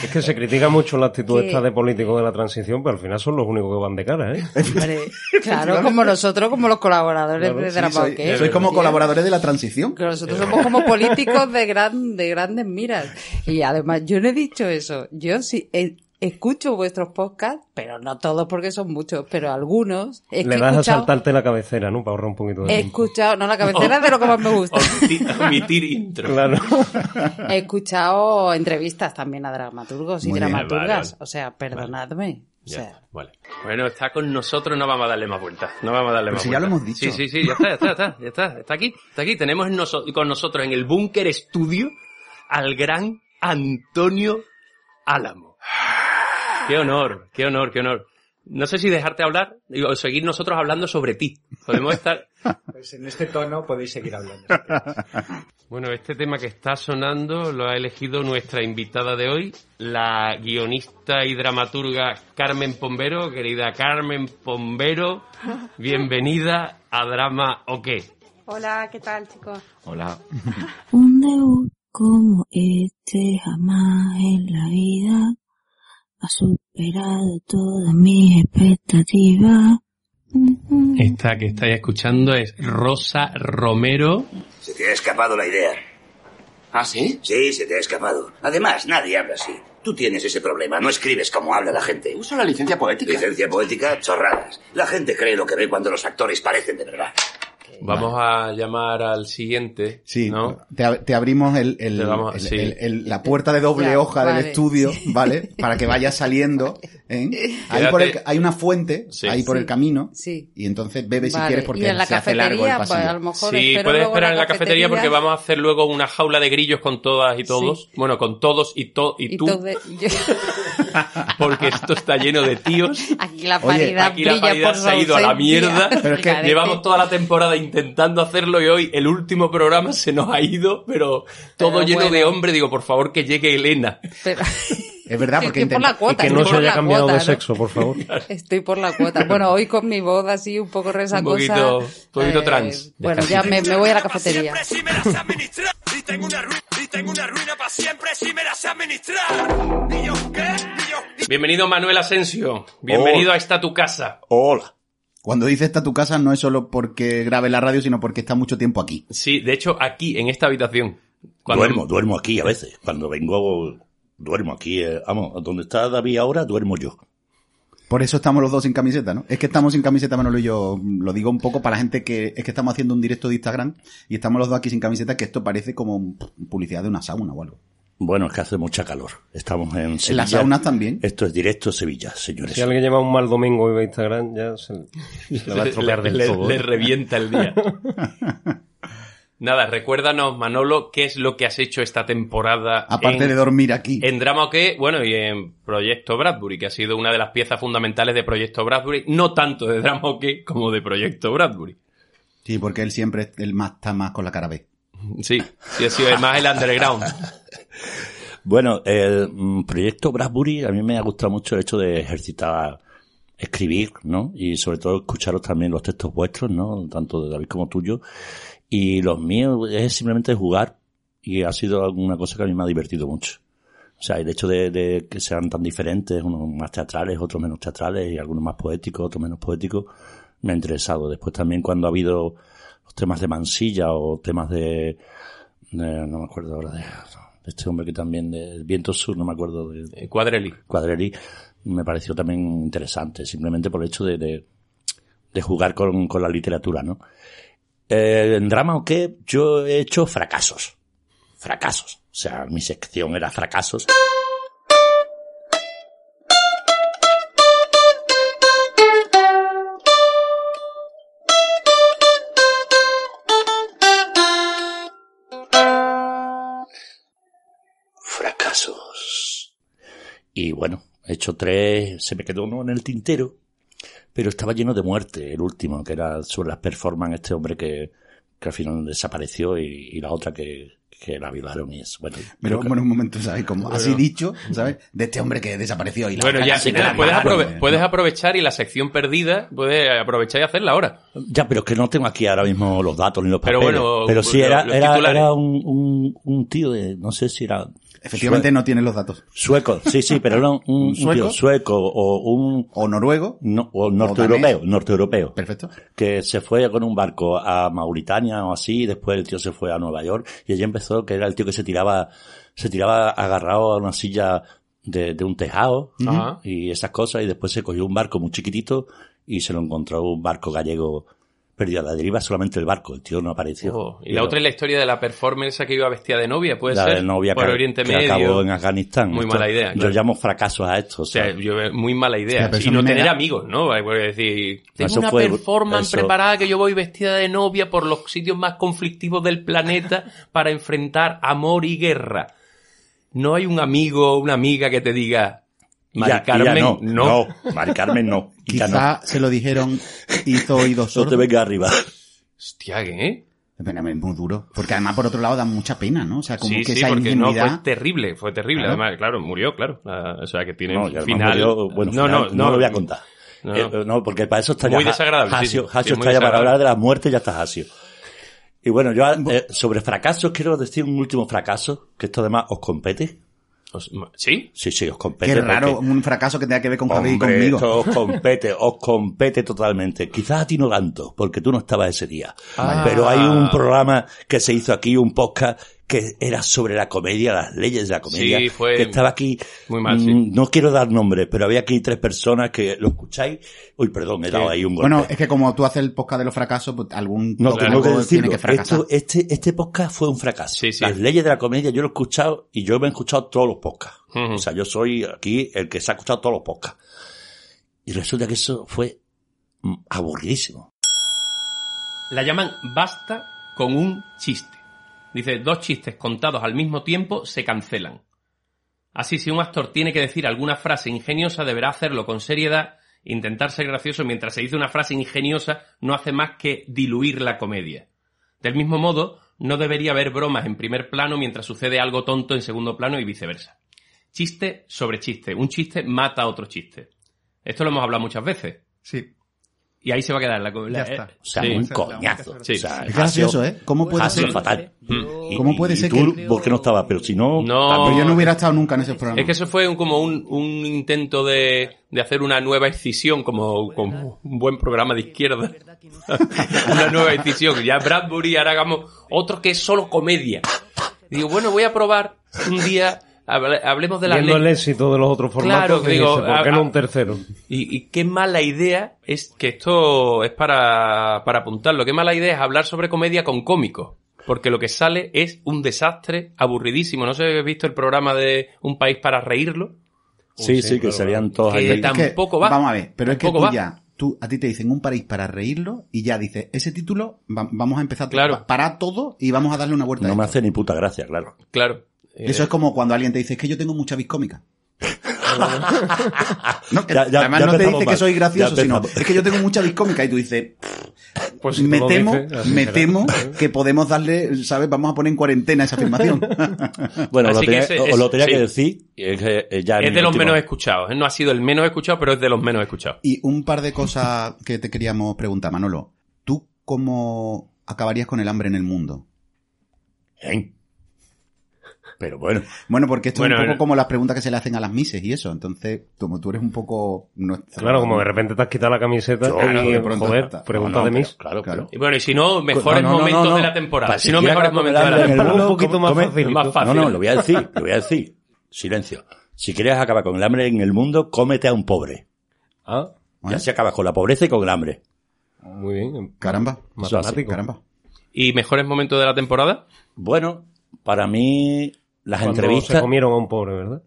F: Es que se critica mucho la actitud
I: Sí.
F: esta de políticos de la transición, pero al final son los únicos que van de cara, ¿eh?
I: Hombre, claro, como nosotros, como los colaboradores
F: Claro,
I: de
F: sí,
I: Drama
F: soy-
I: OK.
F: soy
D: Sois como
I: Sí,
D: colaboradores de la transición.
I: que nosotros somos como políticos de, gran, de grandes miras. Y además, yo no he dicho eso. Yo sí eh, escucho vuestros podcasts, pero no todos porque son muchos, pero algunos. Es que
F: Le
I: he
F: das a
I: escuchado-
F: saltarte la cabecera, ¿no? Para ahorrar un poquito de
I: He
F: tiempo.
I: escuchado, no, la cabecera es de lo que más me gusta.
C: Omitir intro.
F: Claro.
I: He escuchado entrevistas también a dramaturgos y
C: Muy bien.
I: dramaturgas.
C: Vale, vale.
I: O sea, perdonadme. O
C: Ya,
I: sea,
C: vale. Bueno, está con nosotros, no vamos a darle más vueltas. No vamos a darle
D: Pero
C: más
D: si ya lo
C: vueltas.
D: hemos dicho.
C: Sí, sí, sí, ya está, ya está, ya está, ya está, está aquí, está aquí. Tenemos en noso- con nosotros en el búnker estudio al gran Antonio Álamo. Qué honor, qué honor, qué honor. No sé si dejarte hablar digo, o seguir nosotros hablando sobre ti. Podemos estar...
R: Pues en este tono podéis seguir hablando.
C: Bueno, este tema que está sonando lo ha elegido nuestra invitada de hoy, la guionista y dramaturga Carmen Pombero. Querida Carmen Pombero, bienvenida a Drama o qué.
S: Hola, Ah, ¿qué tal, chicos?
C: Hola.
T: Un debut como este jamás en la vida ha superado todas mis expectativas.
C: Esta que estáis escuchando es Rosa Romero.
U: Se te ha escapado la idea. ¿Ah, sí? Sí, se te ha escapado. Además, nadie habla así. Tú tienes ese problema, no escribes como habla la gente. Usa la licencia poética. Licencia poética, chorradas. La gente cree lo que ve cuando los actores parecen de verdad.
C: Vamos a llamar al siguiente.
D: Sí, te, ab- te abrimos el, el-
C: Te vamos-
D: el-
C: sí.
D: el- el- la puerta de doble
C: Ya,
D: hoja del
C: vale.
D: estudio, ¿vale? Para que vayas saliendo. ¿eh? Ahí
C: Quédate.
D: por el ca- hay una fuente, ahí por
I: Sí.
D: el camino,
I: sí.
D: y entonces bebe si
I: Vale,
D: quieres
I: y
D: porque
I: en la
D: se hace largo el
I: cafetería,
D: pasillo.
I: pues, a lo mejor
C: Sí, puedes
I: espero luego
C: esperar en la cafetería porque vamos a hacer luego una jaula de grillos con todas y todos. Bueno, con todos y, to y,
I: Y
C: tú,
I: todo de- yo-
C: porque esto está lleno de tíos.
I: aquí la paridad
C: aquí la
I: brilla
C: paridad
I: por
C: se ha ido a la
I: ausencia.
C: mierda.
I: Clarete.
C: Llevamos toda la temporada intentando hacerlo y hoy el último programa se nos ha ido, pero todo
I: Pero
C: lleno
I: bueno.
C: de hombre. Digo, por favor, que llegue Elena.
I: Pero-
D: Es verdad,
I: Sí, porque que por intenta- la cuota,
F: y que
I: sí,
F: no
I: por
F: se haya
I: la
F: cambiado
I: cuota,
F: de
I: ¿no?
F: sexo, por favor.
I: Estoy por la cuota. Bueno, hoy con mi boda así un poco
C: Un
I: resacosa.
C: poquito, un poquito
I: eh,
C: trans.
I: Bueno, ya me, me voy a la cafetería.
C: Bienvenido Manuel Asensio.
F: Oh.
C: Bienvenido a esta tu casa.
D: Hola. Cuando dice está tu casa no es solo porque grabe la radio, sino porque está mucho tiempo aquí.
C: Sí, de hecho, aquí, en esta habitación. Cuando-
V: Duermo, duermo aquí a veces. Cuando vengo, duermo aquí. eh, Vamos, donde está David ahora, duermo yo.
D: Por eso estamos los dos sin camiseta, ¿no? Es que estamos sin camiseta, Manolo y yo. mm, Lo digo un poco para la gente que es que estamos haciendo un directo de Instagram y estamos los dos aquí sin camiseta, que esto parece como publicidad de una sauna o algo.
V: Bueno, es que hace mucha calor. Estamos en Sevilla.
D: las saunas también.
V: Esto es directo Sevilla, señores.
F: Si alguien lleva un mal domingo y ve Instagram, ya se le va a estropear del
C: le,
F: todo.
C: le
F: ¿eh?
C: revienta el día. Nada, recuérdanos, Manolo, qué es lo que has hecho esta temporada.
D: Aparte
C: en-
D: de dormir aquí.
C: En Drama o qué, bueno, y en Proyecto Bradbury, que ha sido una de las piezas fundamentales de Proyecto Bradbury, no tanto de Drama o qué como de Proyecto Bradbury.
D: Sí, porque él siempre es el más, está más con la cara B.
C: Sí, sí ha sido más el underground.
V: Bueno, el mm, proyecto Brasbury a mí me ha gustado mucho el hecho de ejercitar escribir, ¿no? Y sobre todo escucharos también los textos vuestros, ¿no? Tanto de David como tuyo. Y los míos es simplemente jugar y ha sido alguna cosa que a mí me ha divertido mucho. O sea, el hecho de, de que sean tan diferentes, unos más teatrales, otros menos teatrales, y algunos más poéticos, otros menos poéticos, me ha interesado. Después también cuando ha habido los temas de Mansilla o temas de, eh, no me acuerdo ahora de, de este hombre que también de Viento Sur, no me acuerdo de
C: Cuadrelli.
V: Cuadrelli me pareció también interesante, simplemente por el hecho de, de, de jugar con, con la literatura, ¿no? Eh, en drama o qué, yo he hecho fracasos. Fracasos. O sea, mi sección era fracasos. fracasos. Y bueno, he hecho tres, se me quedó uno en el tintero, pero estaba lleno de muerte el último, que era sobre las performances este hombre que, que al final desapareció y, y la otra que, que la violaron y eso. Bueno,
D: Pero
V: yo
D: como en un momento, ¿sabes? Como
V: Bueno.
D: así dicho, ¿sabes? De este hombre que desapareció y la
C: Bueno, ya,
D: se queda
C: mira, puedes,
D: mal,
C: aprove-
D: pues,
C: puedes aprovechar y la sección perdida, puedes aprovechar y hacerla ahora.
V: Ya, pero es que no tengo aquí ahora mismo los datos ni los
C: Pero
V: papeles. Pero,
C: bueno,
V: sí,
C: lo-
V: era,
C: los
V: era,
C: titulares.
V: era un, un, un tío de, no sé si era...
D: Efectivamente
V: sue-
D: no tiene los datos.
V: Sueco, sí, sí, pero era un, un
D: ¿Sueco?
V: tío sueco o un...
D: O noruego.
V: No, o
D: danés.
V: norteeuropeo, norteeuropeo.
D: Perfecto.
V: Que se fue con un barco a Mauritania o así, y después el tío se fue a Nueva York y allí empezó que era el tío que se tiraba, se tiraba agarrado a una silla de, de un tejado
C: Ajá.
V: y esas cosas y después se cogió un barco muy chiquitito y se lo encontró un barco gallego perdido a la deriva, solamente el barco, el tío no apareció.
C: Y la otra es la historia de la performance esa que iba vestida de novia, puede
V: la
C: ser.
V: de novia
C: por
V: que-
C: Oriente
V: que
C: Medio.
V: acabó en Afganistán.
C: Muy mala idea,
V: Yo
C: claro. eh,
V: llamo fracasos a esto.
C: O sea, yo veo muy mala
V: Hostia,
C: idea.
V: pero
C: y
V: eso
C: no
V: me
C: tener
V: da-
C: amigos, ¿no? Vale, porque decir, tengo
V: Eso
C: una
V: fue-
C: performance
V: eso-
C: preparada que yo voy vestida de novia por los sitios más conflictivos del planeta para enfrentar amor y guerra. No hay un amigo o una amiga que te diga, Mari
V: Ya- ya
C: Carmen,
V: no,
C: no.
V: no, Mari Carmen, no. Ya
D: Quizá se lo dijeron hizo oídos
V: No
D: sordos.
V: te vengas arriba.
C: Hostia, ¿qué?
D: Pero es muy duro. Porque además, por otro lado, da mucha pena, ¿no? O
V: Ah,
D: sea, como
C: sí,
D: que
C: sí,
D: esa
C: porque no, pues, fue
D: ingenuidad...
C: terrible, fue terrible.
D: Claro.
C: Además, claro, murió, claro. Ah, o sea, que tiene
V: No,
C: un
V: y además
C: final.
V: murió- bueno,
C: no,
V: final,
C: no, no,
V: lo voy a contar.
C: No,
V: No,
C: no.
V: eh, no porque para eso está
C: Muy
V: ya.
C: desagradable, sí,
V: Hasio,
C: sí, sí,
V: Hasio
C: muy
V: está ya para
C: desagradable.
V: hablar de la muerte, ya está Hasio. Y bueno, yo eh, sobre fracasos quiero decir un último fracaso, que esto además os compete.
C: ¿Sí?
V: Sí, sí, os compete.
D: Qué raro,
V: porque-
D: un fracaso que tenga que ver con Javi y
V: Hombre,
D: conmigo.
V: esto os compete, os compete totalmente. Quizás a ti no tanto, porque tú no estabas ese día.
D: Ah.
V: Pero hay un programa que se hizo aquí, un podcast, que era sobre la comedia, las leyes de la comedia.
C: Sí, fue
V: que estaba aquí.
C: muy mal,
V: mm,
C: sí.
V: No quiero dar nombres, pero había aquí tres personas que lo escucháis. Uy, perdón, he dado ahí un golpe.
D: Bueno, es que como tú haces el podcast de los fracasos, pues algún
V: no,
D: tópico
V: tengo que
D: tiene
V: decirlo.
D: que fracasar.
V: Esto- este, este podcast fue un fracaso. Las leyes de la comedia yo lo he escuchado y yo me he escuchado todos los podcasts.
C: Mm.
V: O sea, yo soy aquí el que se ha escuchado todos los podcasts. Y resulta que eso fue mm, aburridísimo.
C: La llaman basta con un chiste. Dice, dos chistes contados al mismo tiempo se cancelan. Así, si un actor tiene que decir alguna frase ingeniosa, deberá hacerlo con seriedad, intentar ser gracioso, mientras se dice una frase ingeniosa, no hace más que diluir la comedia. Del mismo modo, no debería haber bromas en primer plano mientras sucede algo tonto en segundo plano y viceversa. Chiste sobre chiste. Un chiste mata a otro chiste. Esto lo hemos hablado muchas veces.
Q: Sí.
C: Y ahí se va a quedar la... co- la- eh,
Q: Ya está.
V: O sea,
C: Sí.
V: un coñazo.
C: Sí.
V: O sea,
D: Es gracioso,
V: ha sido-
D: ¿eh? ¿Cómo puede
V: Pues, ha sido
D: ser?
V: fatal.
D: Mm.
V: Y-
D: ¿Cómo puede
V: y
D: ser
V: tú,
D: que-
V: ¿Por qué no estaba? Pero si no...
C: No,
D: Pero yo no hubiera estado nunca en ese programa.
C: Es que eso fue un- como un, un intento de, de hacer una nueva escisión, como, como un buen programa de izquierda. una nueva escisión. Ya Bradbury, ahora hagamos otro que es solo comedia. Digo, bueno, voy a probar un día, hable- hablemos de las
F: Viendo
C: leyes.
F: el éxito de los otros
C: Claro,
F: formatos, te
C: digo,
F: dice, ¿por qué
C: a-
F: no un tercero?
C: Y, y qué mala idea es que esto es para, para apuntarlo. Qué mala idea es hablar sobre comedia con cómicos. Porque lo que sale es un desastre aburridísimo. No sé si habéis visto el programa de Un País para Reírlo.
V: Sí, sí, que serían todos
C: Que
V: ahí.
D: Es que,
C: tampoco va.
D: Vamos a ver, pero es que tú
C: Tampoco va.
D: ya, tú, a ti te dicen un país para reírlo y ya dices, ese título va- vamos a empezar
C: Claro.
D: a parar todo y vamos a darle una vuelta. a
V: No me
D: esto.
V: hace ni puta gracia, claro.
C: Claro.
D: Eso es como cuando alguien te dice, es que yo tengo mucha viscómica. no, que-
V: Ya- ya-
D: además
V: ya
D: no te
V: empezamos
D: dice que
V: mal.
D: soy gracioso,
V: Ya
D: sino
V: empezamos.
D: es que yo tengo mucha viscómica y tú dices,
C: Pues
D: me temo, me temo que podemos darle, ¿sabes? Vamos a poner en cuarentena esa afirmación.
V: Bueno,
C: Así
V: lo
C: que
V: tenía,
C: ese-
V: os
C: ese-
V: lo tenía que
C: sí.
V: decir. Es, que, eh, ya en
C: Es
V: mi
C: de los
V: último-
C: menos escuchados. ¿eh? No ha sido el menos escuchado, pero es de los menos escuchados.
D: Y un par de cosas que te queríamos preguntar, Manolo. ¿Tú cómo acabarías con el hambre en el mundo?
V: ¿Eh? Pero bueno.
D: Bueno, porque esto es
F: Bueno,
D: un poco
F: el-
D: como las preguntas que se le hacen a las mises y eso. Entonces, como tú eres un poco... no-
F: Claro, como de repente te has quitado la camiseta
D: Claro,
F: y,
D: de pronto
F: joder,
D: está-
F: pregunta
D: No, no,
F: de mí.
D: pero- claro, claro.
C: Y bueno, y si no, mejores
V: No, no, no,
C: momentos
V: no, no.
C: de la temporada.
V: Para
C: si no,
V: seguir
C: mejores
V: acabando
C: momentos de la
V: con el hambre en el
C: temporada.
V: mundo, come-
C: Más fácil.
V: No, no, lo voy a decir, lo voy a decir. Silencio. Si quieres acabar con el hambre en el mundo, cómete a un pobre.
F: Ah,
V: Y así acabas con la pobreza y con el hambre.
F: muy bien.
D: Caramba.
V: Eso así.
F: Matemático.
D: Caramba.
C: ¿Y mejores momentos de la temporada?
V: Bueno, para mí, las
F: Cuando se
V: entrevistas...
F: comieron a un pobre, ¿verdad?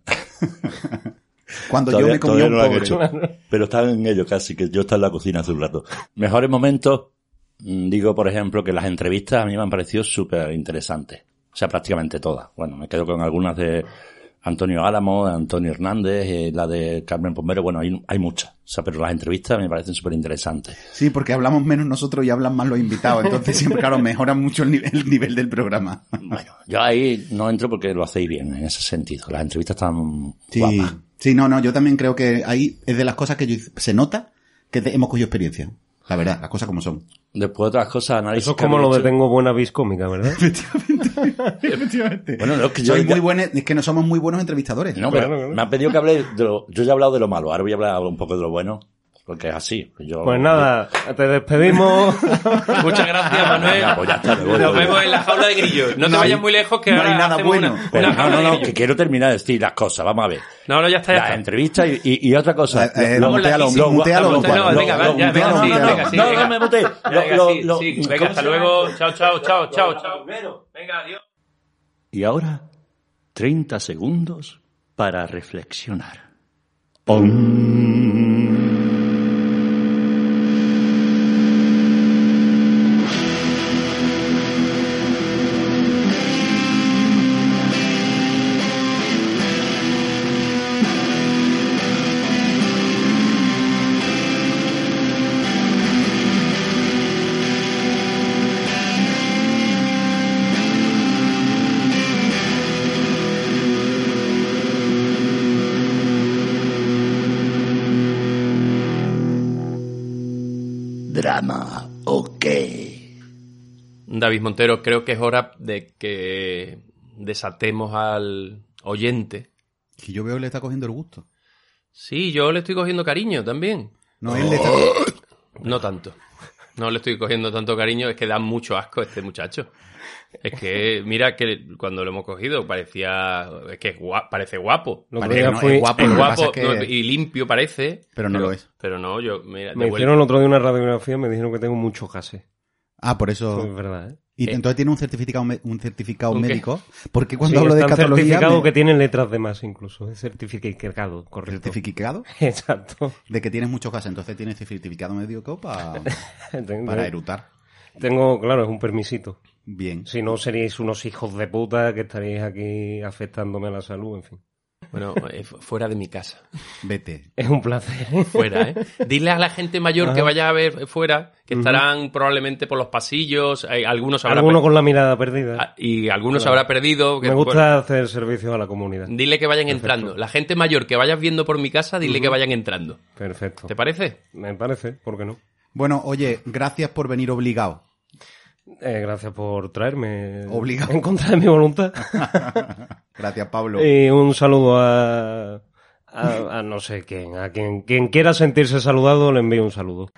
D: Cuando
V: Todavía-
D: yo me comí
V: todavía
D: un
V: no lo han
D: pobre.
V: hecho. pero estaba en ello casi, que yo estaba en la cocina hace un rato. Mejores momentos, mm, digo, por ejemplo, que las entrevistas a mí me han parecido súper interesantes. O sea, prácticamente todas. Bueno, me quedo con algunas de Antonio Álamo, Antonio Hernández, eh, la de Carmen Pomero, bueno, hay, hay muchas, o sea, pero las entrevistas me parecen súper interesantes.
D: Sí, porque hablamos menos nosotros y hablan más los invitados. Entonces, siempre, claro, mejora mucho el nivel, el nivel del programa.
V: Yo ahí no entro porque lo hacéis bien en ese sentido, las entrevistas están
D: Sí,
V: guapas.
D: sí, no, no, yo también creo que ahí es de las cosas que yo- se nota que te- hemos cogido experiencia. La verdad, las cosas como son.
V: Después otras cosas, análisis.
F: Eso es como lo de tengo buena vis cómica, ¿verdad?
D: Efectivamente.
V: Bueno, no, es que yo
D: Soy
V: ya-
D: muy buenos- es que no somos muy buenos entrevistadores.
V: No, pero me han pedido que hable de lo, yo ya he hablado de lo malo, ahora voy a hablar un poco de lo bueno, porque es así. Yo,
F: Pues nada, te despedimos.
C: Muchas gracias, Manuel.
V: Ya, pues ya está, me voy,
C: Nos
V: voy,
C: vemos
V: voy.
C: en la jaula de grillos. No, te
V: No hay-
C: vayas muy lejos que
V: no
C: ahora
V: hay nada
C: hacemos
V: bueno.
C: una-
V: Pero
C: una
V: no,
C: jaula
V: no,
C: de
V: no,
C: grillos.
V: que quiero terminar de decir las cosas, vamos a ver.
C: No, no, ya está. ya
V: La
C: está.
V: entrevista y, y- y otra cosa.
C: eh,
V: Lo-
C: mutealo,
V: lo-
C: sí, mutealo,
V: lo-
C: mutealo,
V: lo-
C: venga, va,
V: lo-
C: ya, venga,
V: no, no,
C: sí,
V: no,
C: venga,
V: no,
C: sí,
V: no,
C: venga.
V: no me mutees. Lo-
C: Venga,
V: lo-
C: sí,
V: lo-
C: sí.
V: ¿cómo
C: Venga, hasta
V: se llama?
C: luego. Chao, chao, chao, chao, chao. Venga, adiós.
V: Y ahora, 30 segundos para reflexionar.
F: Mm,
V: Drama o qué.
C: David Montero, creo que es hora de que desatemos al oyente.
D: Que yo veo que le está cogiendo el gusto.
C: Sí, yo le estoy cogiendo cariño también.
D: No, él le está-
C: No tanto. No le estoy cogiendo tanto cariño, es que da mucho asco este muchacho. Es que, mira, que cuando lo hemos cogido parecía. Es que es gua- parece guapo.
F: Lo que
C: Parece-
F: yo
C: es
F: fui-
C: guapo,
F: lo que
C: guapo,
F: pasa es que-
C: no, y limpio parece.
D: Pero no lo es.
C: Pero no, yo, mira,
F: Me
C: de vuelta.
F: hicieron el otro día una radiografía y me dijeron que tengo mucho gases.
D: Ah, por eso.
F: Es verdad, ¿eh?
D: Y entonces tiene un certificado, me- un certificado
F: ¿Un qué?
D: médico. Porque
F: Sí,
D: cuando hablo de
F: está el
D: escatología.
F: certificado
D: me-
F: que tiene letras de más incluso. Es certificado, correcto.
D: ¿Certificado?
F: Exacto.
D: De que tienes muchos gases, entonces tienes certificado médico para,
F: Tengo-
D: para erutar.
F: Tengo, claro, es un permisito.
D: Bien.
F: Si no, seríais unos hijos de puta que estaríais aquí afectándome a la salud, en fin.
C: Bueno, eh, fu- fuera de mi casa.
D: Vete.
F: Es un placer.
C: Fuera, ¿eh? Dile a la gente mayor que
F: Ajá.
C: vaya a ver fuera, que
F: Ujú.
C: estarán probablemente por los pasillos, eh, algunos habrá
F: Alguno
C: pe-
F: con la mirada perdida.
C: y algunos habrá perdido. que-
F: Me gusta
C: Ah, pues bueno,
F: hacer servicios a la comunidad.
C: dile que vayan entrando. La gente mayor que vayas viendo por mi casa, dile que
F: Ujú.
C: vayan entrando.
F: Perfecto.
C: ¿Te parece?
F: Me parece, ¿por qué no?
D: Bueno, oye, gracias por venir obligado.
F: Eh, gracias por traerme.
D: Obligado.
F: En contra de mi voluntad.
D: Gracias, Pablo.
C: Eh,
F: Y un saludo a, a, a no sé quién, a quien, quien quiera sentirse saludado, le envío un saludo.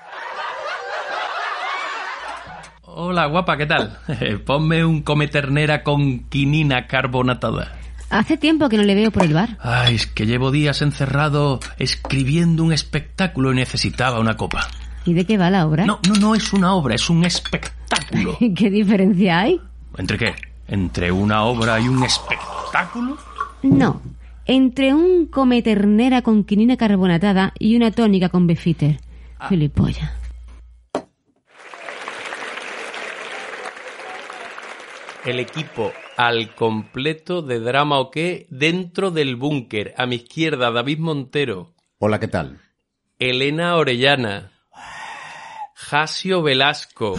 C: Hola, guapa, ¿qué tal? Eh, Ponme un come ternera con quinina carbonatada.
O: Hace tiempo que no le veo por el bar.
C: Ay, es que llevo días encerrado escribiendo un espectáculo y necesitaba una copa.
O: ¿Y de qué va la
I: ¿Eh?
O: obra?
C: No, no, no es una obra, es un espectáculo.
O: ¿Qué diferencia hay?
C: ¿Entre qué? Entre una obra y un espectáculo.
O: No. Entre un cometernera con quinina carbonatada y una tónica con befiter.
I: Ah.
O: Gilipollas.
C: El equipo al completo de Drama o qué dentro del búnker. A mi izquierda, David Montero,
D: Hola, ¿qué tal?
C: Elena Orellana, Jasio Velasco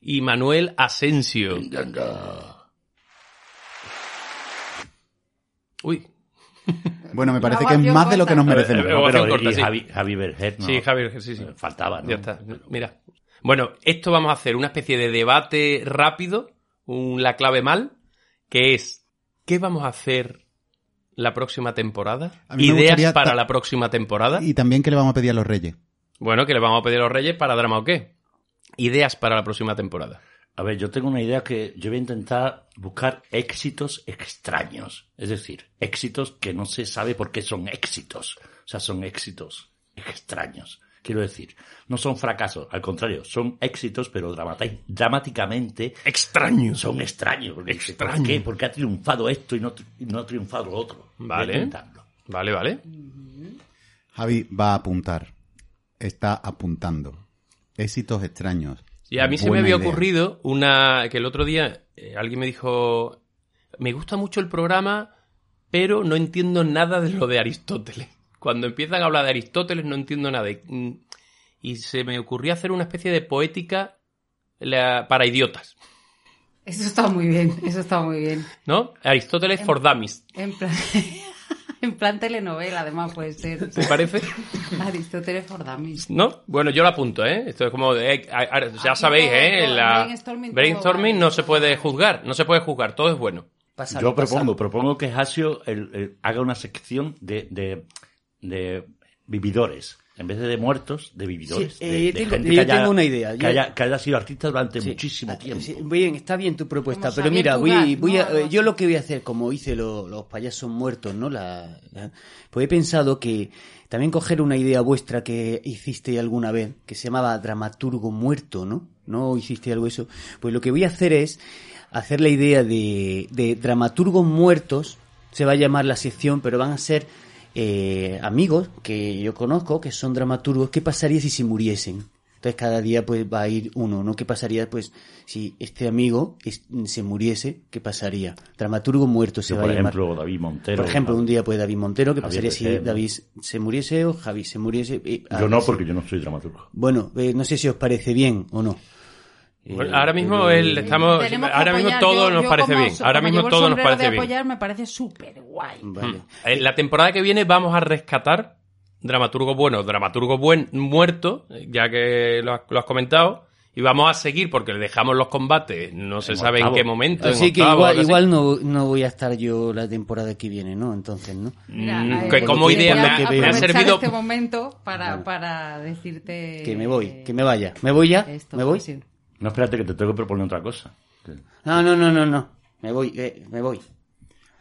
C: y Manuel Asensio. Uy.
D: Bueno, me parece que es más de lo que nos merecemos.
C: Eh, eh, ovación
V: Pero, y
C: corta, sí.
V: Javi- Javi Berger, no. eh,
C: Sí, Javi Berger, sí, sí.
V: Faltaba, ¿no?
C: Ya está. Mira. Bueno, esto vamos a hacer una especie de debate rápido, un la clave mal, que es ¿qué vamos a hacer la próxima temporada?
D: A mí me gustaría
C: Ideas
D: ta-
C: para la próxima temporada.
D: Y también que le vamos a pedir a los reyes.
C: Bueno, que le vamos a pedir a los Reyes para drama o qué. Ideas para la próxima temporada.
V: A ver, yo tengo una idea que yo voy a intentar buscar éxitos extraños. Es decir, éxitos que no se sabe por qué son éxitos. O sea, son éxitos extraños. Quiero decir, no son fracasos, al contrario, son éxitos, pero dramati- dramáticamente.
C: Extraños.
V: Son extraños. Porque
C: Extraños.
V: ¿Por qué? Porque ha triunfado esto y no, tri- y no ha triunfado lo otro. Voy a
C: Vale.
V: intentarlo.
C: Vale, vale.
D: Javi va a apuntar. Está apuntando. Éxitos extraños.
C: Y a mí se me
D: Buena
C: había
D: idea.
C: ocurrido una que el otro día eh, alguien me dijo, me gusta mucho el programa, pero no entiendo nada de lo de Aristóteles. Cuando empiezan a hablar de Aristóteles no entiendo nada. Y, mm, y se me ocurrió hacer una especie de poética la- para idiotas,
I: Eso está muy bien, eso está muy bien.
C: ¿no? Aristóteles for dummies,
I: En plan, en plan telenovela, además puede ser.
C: ¿te parece?
I: Aristóteles for dummies.
C: ¿No? Bueno, yo lo apunto, ¿eh? Esto es como... eh, a- a- ya sabéis, ¿eh?
I: todo,
C: La-
I: brainstorming, todo
C: brainstorming no se puede juzgar, no se puede juzgar, todo es bueno.
V: Yo propongo, propongo que Hasio el- el- haga una sección de, de, de vividores. En vez de, de muertos, de vividores.
E: Sí,
V: de-
E: eh,
V: de
E: tengo-
V: gente
E: yo
V: que haya-
E: tengo una idea.
V: Que
E: Yo-
V: haya, que haya sido artista durante muchísimo tiempo.
E: Sí, Bien, está bien tu propuesta,
V: Como
E: pero mira,
V: Xavier
E: voy,
V: Cugat,
E: voy
V: ¿no?
E: a- eh, yo lo que voy a hacer, como hice lo- los payasos muertos, ¿no? La, la- pues he pensado que también coger una idea vuestra que hiciste alguna vez, que se llamaba dramaturgo muerto, ¿no? ¿No hiciste algo eso? Pues lo que voy a hacer es hacer la idea de, de dramaturgos muertos, se va a llamar la sección, pero van a ser eh, amigos que yo conozco, que son dramaturgos, ¿qué pasaría si se muriesen? Entonces cada día pues va a ir uno, ¿no? ¿Qué pasaría pues si este amigo es- se muriese? ¿Qué pasaría? Dramaturgo muerto se
V: Yo,
E: va
V: por
E: a llamar.
V: ejemplo, David Montero.
E: Por ejemplo, un día pues David Montero, ¿qué
V: Javier
E: pasaría si
V: Becerra.
E: David se muriese o Javi se muriese? Eh,
V: Yo no,
E: sí.
V: porque yo no soy dramaturgo.
E: Bueno, eh, no sé si os parece bien o no.
C: Bueno, ahora mismo el- estamos,
I: Tenemos que
C: ahora mismo
I: apoyar.
C: todo
I: Yo-
C: nos
I: yo
C: parece
I: como-
C: bien. Ahora
I: como
C: mismo
I: llevo el
C: todo nos
I: sombrero
C: parece
I: de
C: bien.
I: apoyar me parece súper guay.
C: Mm. Eh, La temporada que viene vamos a rescatar dramaturgo bueno, dramaturgo buen, muerto, eh, ya que lo has, lo has comentado. Y vamos a seguir porque le dejamos los combates, no se sabe en
V: octavo.
C: qué momento. en
E: Así que
C: octavo,
E: igual,
C: algo así.
E: igual no, no voy a estar yo la temporada que viene, ¿no? Entonces, ¿no?
C: Mm, que como idea me ha, me ha
I: Aprovechar
C: servido.
I: este momento para, para decirte...
E: Que me voy, que me vaya. ¿Me voy ya? ¿Me voy?
V: No, espérate, que te tengo que proponer otra cosa.
E: No, no, no, no, no. Me voy, eh, me voy.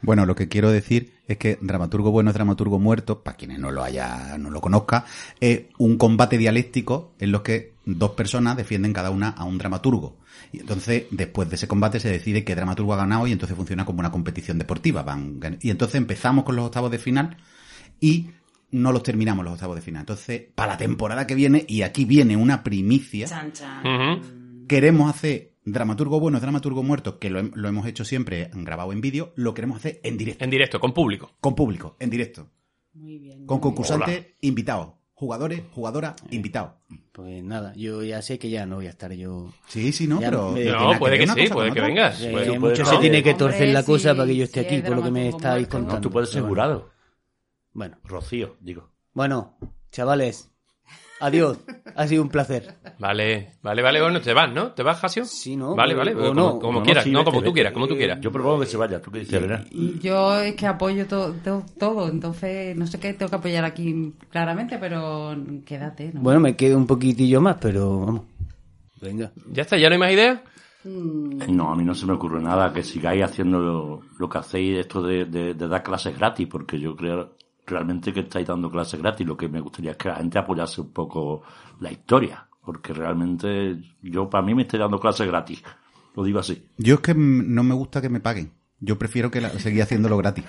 D: Bueno, lo que quiero decir es que dramaturgo bueno es dramaturgo muerto, para quienes no lo haya, no lo conozca, es un combate dialéctico en los que dos personas defienden cada una a un dramaturgo. Y entonces, después de ese combate, se decide qué dramaturgo ha ganado y entonces funciona como una competición deportiva. Van, gan- y entonces empezamos con los octavos de final y no los terminamos los octavos de final. Entonces, para la temporada que viene, y aquí viene una primicia queremos hacer dramaturgo bueno, dramaturgo muerto, que lo, hem- lo hemos hecho siempre grabado en vídeo, lo queremos hacer en directo.
C: En directo, con público.
D: Con público, en directo. Con concursantes invitados. Jugadores, jugadoras, invitados.
E: Pues nada, yo ya sé que ya no voy a estar yo.
D: Sí, sí, no,
E: Ya
D: pero-
E: me-
D: No,
E: Eh, tiene nada
D: puede que
E: ver una
D: sí,
E: cosa
D: puede
E: con
D: que
E: otra.
D: vengas.
E: Eh,
D: Puede-
E: mucho
D: puede-
E: se tiene que
D: Hombre,
E: torcer la
D: sí,
E: cosa para que yo esté
D: sí,
E: aquí,
D: es
E: por lo que me
D: dramaturgo
E: estáis
D: muerto.
E: contando.
V: No, tú puedes ser
E: Pero bueno.
V: jurado.
E: Bueno.
V: Rocío, digo.
E: Bueno, chavales, adiós. ha sido un placer.
C: Vale, vale, vale, bueno, te vas, ¿no? ¿Te vas, Jasio?
E: Sí, no.
C: Vale,
E: o-
C: vale, pues
E: o
C: como,
E: no.
C: como
E: No,
C: quieras,
E: sí,
C: no,
E: vete,
C: como tú
E: vete.
C: quieras, como tú quieras.
V: Yo propongo que se vaya, tú qué dices, Elena?
I: Yo es que apoyo to- to- todo, entonces no sé qué tengo que apoyar aquí claramente, pero quédate, ¿no?
E: Bueno, me quedo un poquitillo más, pero vamos. Venga.
C: ¿Ya está? ¿Ya no hay más ideas?
V: Eh, No, a mí no se me ocurre nada que sigáis haciendo lo, lo que hacéis, esto de, de- de dar clases gratis, porque yo creo realmente que estáis dando clases gratis. Lo que me gustaría es que la gente apoyase un poco la historia, porque realmente yo, para mí, me estoy dando clases gratis. Lo digo así.
D: Yo es que mm, no me gusta que me paguen. Yo prefiero que la, seguir haciéndolo gratis.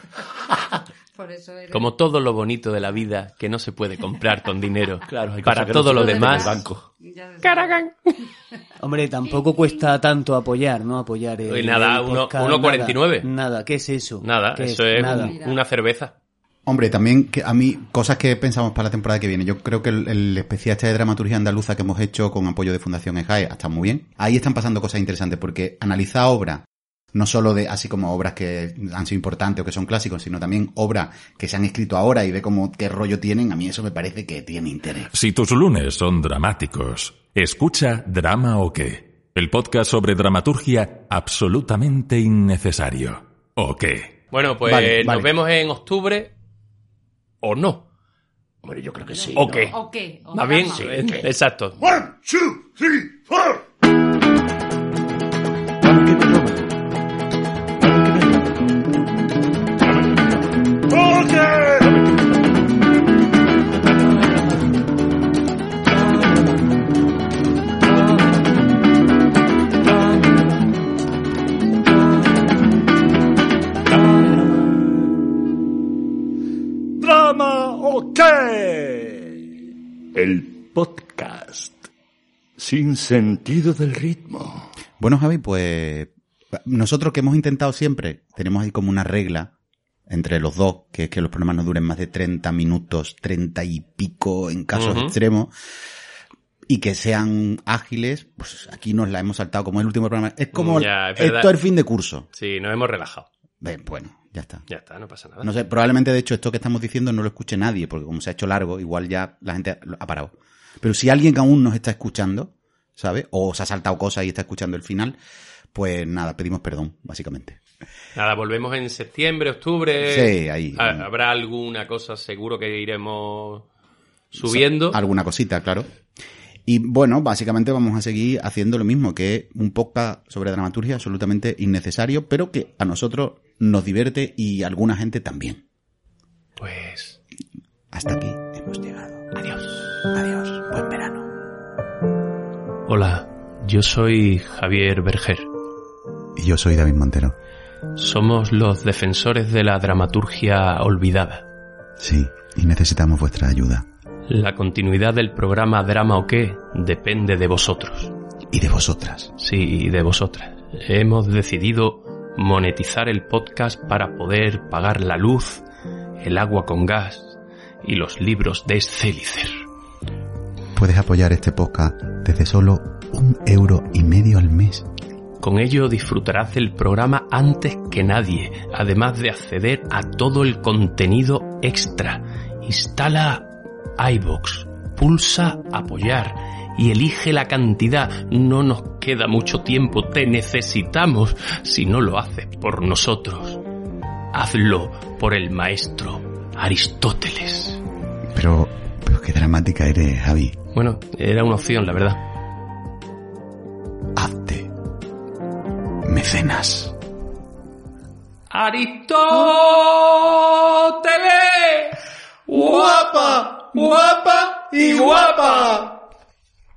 C: Como todo lo bonito de la vida que no se puede comprar con dinero.
V: Claro, hay
C: para
V: cosas que no
C: todo
V: se
C: lo
V: pueden
C: demás.
V: comprar con banco.
C: Caragán.
E: Hombre, tampoco cuesta tanto apoyar, ¿no? Apoyar el,
C: Uy, eh, nada,
E: el
C: uno-
E: podcast,
C: 1,49.
E: Nada, nada, ¿qué es eso?
C: Nada,
E: ¿Qué
C: eso es
E: Nada.
C: un- una cerveza.
D: Hombre, también que a mí, cosas que pensamos para la temporada que viene. Yo creo que el, el especial este de dramaturgia andaluza que hemos hecho con apoyo de Fundación EJAE está muy bien. Ahí están pasando cosas interesantes porque analiza obras, no solo de así como obras que han sido importantes o que son clásicos, sino también obras que se han escrito ahora y ve como qué rollo tienen. A mí eso me parece que tiene interés.
B: Si tus lunes son dramáticos, escucha Drama o qué, el podcast sobre dramaturgia absolutamente innecesario. ¿O qué?
C: Bueno, pues
B: Vale,
C: nos
B: vale.
C: vemos en octubre o no.
V: Hombre, yo creo que sí.
C: ¿O qué?
I: ¿O qué? ¿O
C: Más bien,
I: drama?
C: eh, exacto.
H: One, two, three, four.
P: Drama OK.
V: El podcast sin sentido del ritmo.
D: Bueno, Javi, pues nosotros que hemos intentado siempre, tenemos ahí como una regla entre los dos, que es que los programas no duren más de 30 minutos, 30 y pico en casos
A: Ujú.
D: extremos, y que sean ágiles, pues aquí nos la hemos saltado como el último programa. Es como
C: Ya, es verdad.
D: esto es fin de curso.
C: Sí, nos hemos relajado.
D: Ven, bueno, ya está.
C: Ya está, no pasa nada.
D: No sé, probablemente de hecho esto que estamos diciendo no lo escuche nadie, porque como se ha hecho largo, igual ya la gente lo- ha parado. Pero si alguien que aún nos está escuchando, ¿sabe? O se ha saltado cosas y está escuchando el final, pues nada, pedimos perdón, básicamente.
C: Nada, volvemos en septiembre, octubre.
D: Sí, ahí.
C: Ha- Habrá alguna cosa seguro que iremos subiendo.
D: Sa- Alguna cosita, claro. Y bueno, básicamente vamos a seguir haciendo lo mismo, que es un podcast sobre dramaturgia absolutamente innecesario, pero que a nosotros nos divierte y a alguna gente también.
C: Pues
D: hasta aquí.
C: Hola, yo soy Javier Berger.
D: Y yo soy David Montero.
C: Somos los defensores de la dramaturgia olvidada.
D: Sí, y necesitamos vuestra ayuda.
C: La continuidad del programa Drama o qué depende de vosotros.
D: Y de vosotras.
C: Sí, y de vosotras. Hemos decidido monetizar el podcast para poder pagar la luz, el agua con gas y los libros de Celicer.
D: Puedes apoyar este podcast desde solo un euro y medio al mes.
C: Con ello disfrutarás del programa antes que nadie, además de acceder a todo el contenido extra. Instala iBox, pulsa apoyar y elige la cantidad. No nos queda mucho tiempo, te necesitamos si no lo haces por nosotros. Hazlo por el maestro Aristóteles.
D: Pero, pero qué dramática eres, Javi.
C: Bueno, era una opción, la verdad.
D: Mecenas.
C: Aristóteles.
N: Guapa, guapa y guapa.